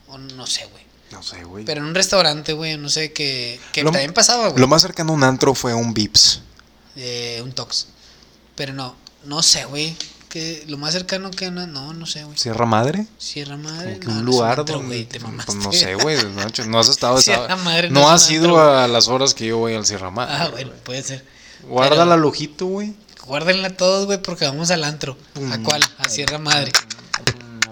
O no sé, güey. No sé, güey. Pero en un restaurante, güey, no sé qué. Que Lo- también pasaba, güey. Lo más cercano a un antro fue un Vips. Eh, un tox. Pero no, no sé, güey. Que lo más cercano que una- no, no sé, güey. Sierra Madre. Sierra Madre. Como que no, un no es lugar antro, donde. güey, te pues, mamaste. no sé, güey. No, no has estado. <laughs> Sierra estaba- Madre no no es has un ido antro, a las horas que yo voy al Sierra Madre. <laughs> Ah, bueno, güey. puede ser. Guárdala lujito, güey. Guárdenla todos, güey, porque vamos al antro. ¿A Mm. cuál? A Sierra Madre.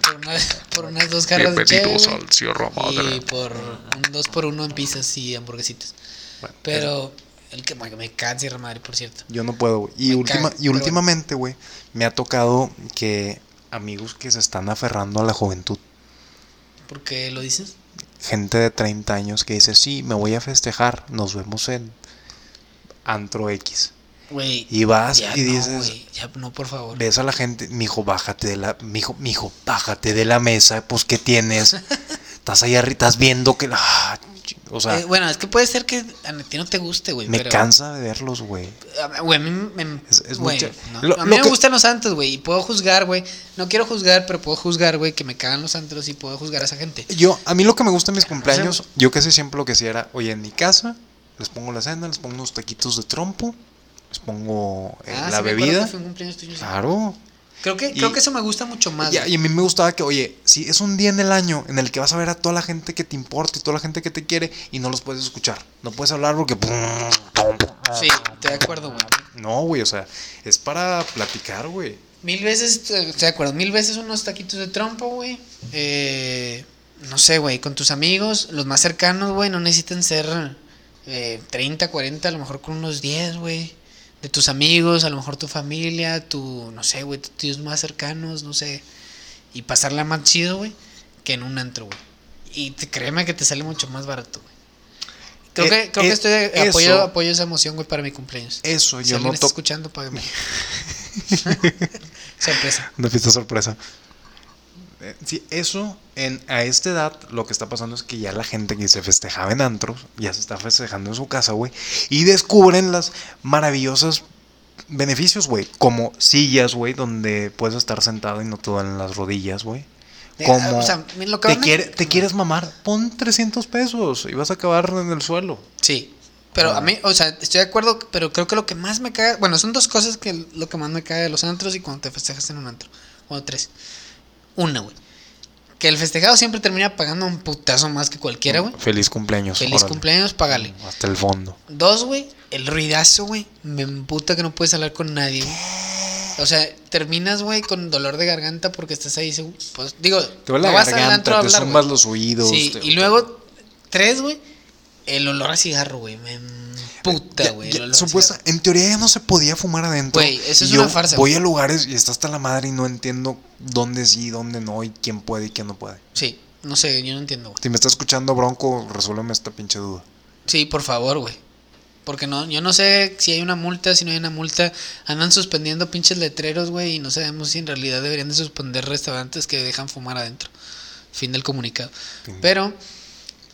Por, una- por unas dos garras de cheve, Bienvenidos güey, al Sierra Madre. Y por un dos por uno en pizzas y hamburguesitas. Bueno, Pero el que me, me caga Sierra Madre, por cierto. Yo no puedo, güey. Y, Me última, caga, y pero últimamente, güey, me ha tocado que amigos que se están aferrando a la juventud, ¿Por qué lo dices? gente de 30 años que dice, sí, me voy a festejar, nos vemos en Antro X. Güey. Y vas ya y no, dices, güey, ya no, por favor. ves a la gente, mijo, bájate de la, mijo, mijo, bájate de la mesa, pues ¿qué <laughs> tienes? estás ahí arriba, estás viendo que, ah, ch- o sea, Eh, bueno, es que puede ser que a ti no te guste, güey. me pero- cansa de verlos, güey. Ah, Güey, a mí me, Es- es güey, mucha- no. lo- a mí lo me que- gustan los santos, güey. Y puedo juzgar, güey. No quiero juzgar, pero puedo juzgar, güey, que me cagan los santos y puedo juzgar a esa gente. Yo, a mí lo que me gusta en mis cumpleaños, yo casi siempre lo que hacía era, oye, en mi casa, les pongo la cena, les pongo unos taquitos de trompo, les pongo eh, Ah, la sí me acuerdo bebida. que fue un cumpleaños tuyo, sí. Claro. Creo que, Y- creo que eso me gusta mucho más. Y, a- güey. y a mí me gustaba que, oye, si es un día en el año en el que vas a ver a toda la gente que te importa y toda la gente que te quiere y no los puedes escuchar. No puedes hablar porque... Sí, estoy de acuerdo, güey. No, güey, o sea, es para platicar, güey. Mil veces, estoy estoy de acuerdo, mil veces unos taquitos de trompo, güey. Eh, no sé, güey, con tus amigos, los más cercanos, güey, no necesitan ser eh, 30, 40, a lo mejor con unos 10, güey. De tus amigos, a lo mejor tu familia, tu, no sé, güey, tus tíos más cercanos, no sé. Y pasarla más chido, güey, que en un antro, güey. Y te- créeme que te sale mucho más barato, güey. Creo, Eh, que, creo que eh, estoy de- eso- apoyo, apoyo esa emoción, güey, para mi cumpleaños. Eso Si yo alguien no está toco. <laughs> escuchando, págame. Sorpresa. Una fiesta sorpresa. Eh, Sí, eso en, a esta edad lo que está pasando es que ya la gente que se festejaba en antros ya se está festejando en su casa, güey. Y descubren las maravillosas beneficios, güey. Como sillas, güey, donde puedes estar sentado y no te duelen las rodillas, güey. De- Como Eh, o sea, mira, lo que te, van a- quiere- te quieres mamar, pon 300 pesos y vas a acabar en el suelo. Sí. Ah. Pero a mí, o sea, estoy de acuerdo, pero creo que lo que más me caga. Bueno, son dos cosas que lo que más me caga de los antros y cuando te festejas en un antro. Bueno, tres. Una, güey. Que el festejado siempre termina pagando un putazo más que cualquiera, güey. Feliz cumpleaños. Feliz órale. cumpleaños, págale. Mm, Hasta el fondo. Dos, güey, el ruidazo, güey. Me emputa que no puedes hablar con nadie, güey. O sea, terminas, güey, con dolor de garganta porque estás ahí, segu- pues, digo, Te duele no la vas al antro a garganta, te hablar, zumbas güey. los oídos. Sí, te- y luego, tres, güey, el olor a cigarro, güey, me puta, Ya- güey. el ya, olor a supuesta- cigarro. en teoría ya no se podía fumar adentro. Güey, eso es Y yo una farsa, Voy güey. a lugares y está hasta la madre y no entiendo dónde sí, dónde no y quién puede y quién no puede. Sí, no sé, yo no entiendo, güey. Si me está escuchando Bronco, resuélveme esta pinche duda. Sí, por favor, güey. Porque no, yo no sé si hay una multa, si no hay una multa. Andan suspendiendo pinches letreros, güey, y no sabemos si en realidad deberían de suspender restaurantes que dejan fumar adentro. Fin del comunicado. Pero,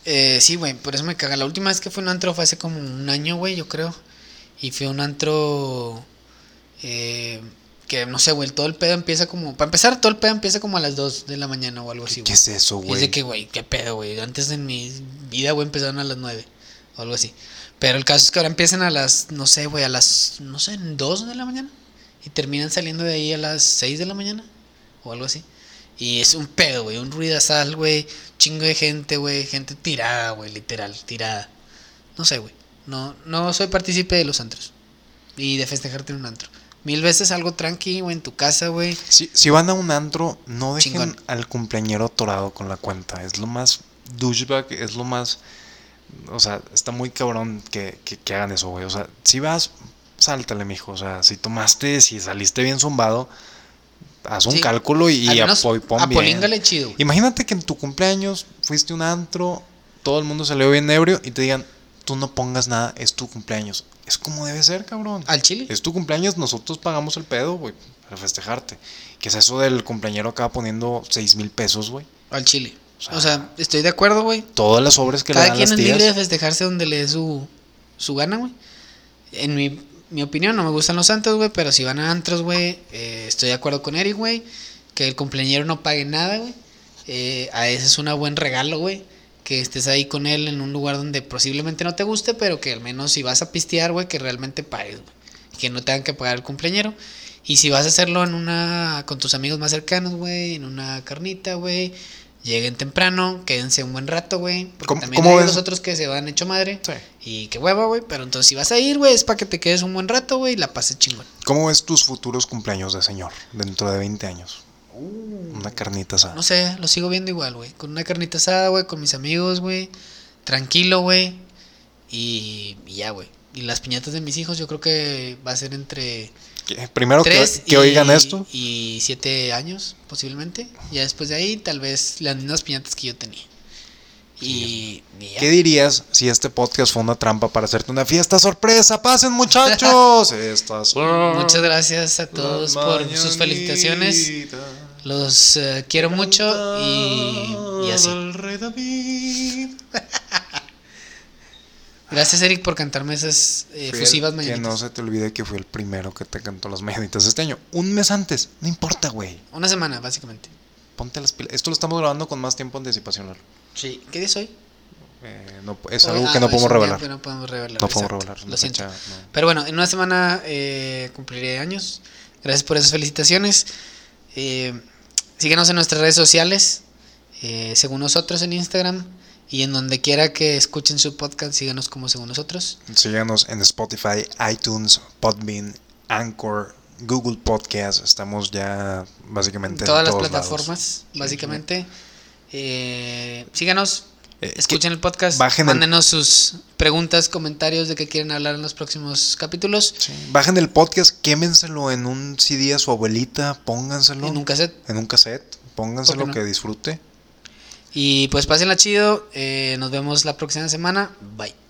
eh, sí, güey, por eso me caga. La última vez que fui a un antro fue hace como un año, güey, yo creo. Y fui a un antro eh, que, no sé, güey, todo el pedo empieza como... Para empezar, todo el pedo empieza como a las 2 de la mañana o algo así, ¿Qué güey. es eso, Y es güey? de que, güey, qué pedo, güey. Antes de mi vida, güey, empezaron a las 9 o algo así. Pero el caso es que ahora empiezan a las, no sé, güey, a las, no sé, 2 de la mañana. Y terminan saliendo de ahí a las 6 de la mañana o algo así. Y es un pedo, güey, un ruidazal, güey. Chingo de gente, güey. Gente tirada, güey, literal, tirada. No sé, güey. No, no soy partícipe de los antros. Y de festejarte en un antro. Mil veces algo tranqui, güey, en tu casa, güey. Si, si van a un antro, no dejen Chingón. al cumpleañero atorado con la cuenta. Es lo más douchebag, es lo más. O sea, está muy cabrón que, que- que hagan eso, güey. O sea, si vas, sáltale, mijo. O sea, si tomaste, si saliste bien zumbado, haz un Sí. cálculo y, Al y menos apo- pon bien. apolíngale chido, güey. Imagínate que en tu cumpleaños fuiste a un antro, todo el mundo salió bien ebrio y te digan, tú no pongas nada, es tu cumpleaños. Es como debe ser, cabrón. Al chile. Es tu cumpleaños, nosotros pagamos el pedo, güey, para festejarte. ¿Qué es eso del cumpleañero acá poniendo seis mil pesos, güey? Al chile. O sea, O sea, estoy de acuerdo, güey. Todas las obras Ah. que le Cada dan quien las es tías. libre de festejarse donde le dé su, su gana, güey. En mi, mi opinión, no me gustan los antros, güey. Pero si van a antros, güey, eh, estoy de acuerdo con Eric, güey. Que el cumpleañero no pague nada, güey. Eh, a ese es un buen regalo, güey. Que estés ahí con él en un lugar donde posiblemente no te guste, pero que al menos si vas a pistear, güey, que realmente pagues, güey. Y Que no tengan que pagar el cumpleañero. Y si vas a hacerlo en una con tus amigos más cercanos, güey, en una carnita, güey, lleguen temprano, quédense un buen rato, güey, porque ¿Cómo- también cómo hay ves? los otros que se van hecho madre Sí. y qué hueva, güey, pero entonces si vas a ir, güey, es para que te quedes un buen rato, güey, y la pases chingón. ¿Cómo ves tus futuros cumpleaños de señor dentro de 20 años? Una carnita asada. No sé, lo sigo viendo igual, güey, con una carnita asada, güey, con mis amigos, güey, tranquilo, güey, y, y ya, güey. Y las piñatas de mis hijos, yo creo que va a ser entre ¿Qué? Primero que, tres que oigan y- esto. Y siete años, posiblemente. Ya después de ahí, tal vez las mismas piñatas que yo tenía. Y, y ya. ¿Qué dirías si este podcast fue una trampa para hacerte una fiesta sorpresa? ¡Pasen, <laughs> muchachos! Estas son Muchas gracias a todos las por sus felicitaciones. mañanitas. Los eh, quiero mucho y, y así. Al rey David. Gracias, Eric, por cantarme esas eh, Fui fusivas el- Que mañanitas. no se te olvide que fue el primero que te cantó las mañanitas este año. Un mes antes. No importa, güey. Una semana, básicamente. Ponte las pilas. Esto lo estamos grabando con más tiempo de anticipación. Lalo. Sí. ¿Qué día es hoy? Eh, no- es Hoy- algo ah, que no es podemos un día revelar. que no podemos revelar. No podemos exacto. revelar. Lo la siento. fecha, no. Pero bueno, en una semana eh, cumpliré años. Gracias por esas felicitaciones. Eh, síguenos en nuestras redes sociales, eh, según nosotros en Instagram. Y en donde quiera que escuchen su podcast, síganos como según nosotros. Síganos en Spotify, iTunes, Podbean, Anchor, Google Podcast. Estamos ya básicamente Todas en las todos plataformas, lados. básicamente. Eh, síganos, Eh, que- escuchen el podcast, bajen el- mándenos sus preguntas, comentarios de qué quieren hablar en los próximos capítulos. sí. Bajen el podcast, quémenselo en un CD a su abuelita, pónganselo En en un un, cassette. cassette, pónganselo ¿Por qué no? que disfrute. Y pues pásenla chido. eh, nos vemos la próxima semana. Bye.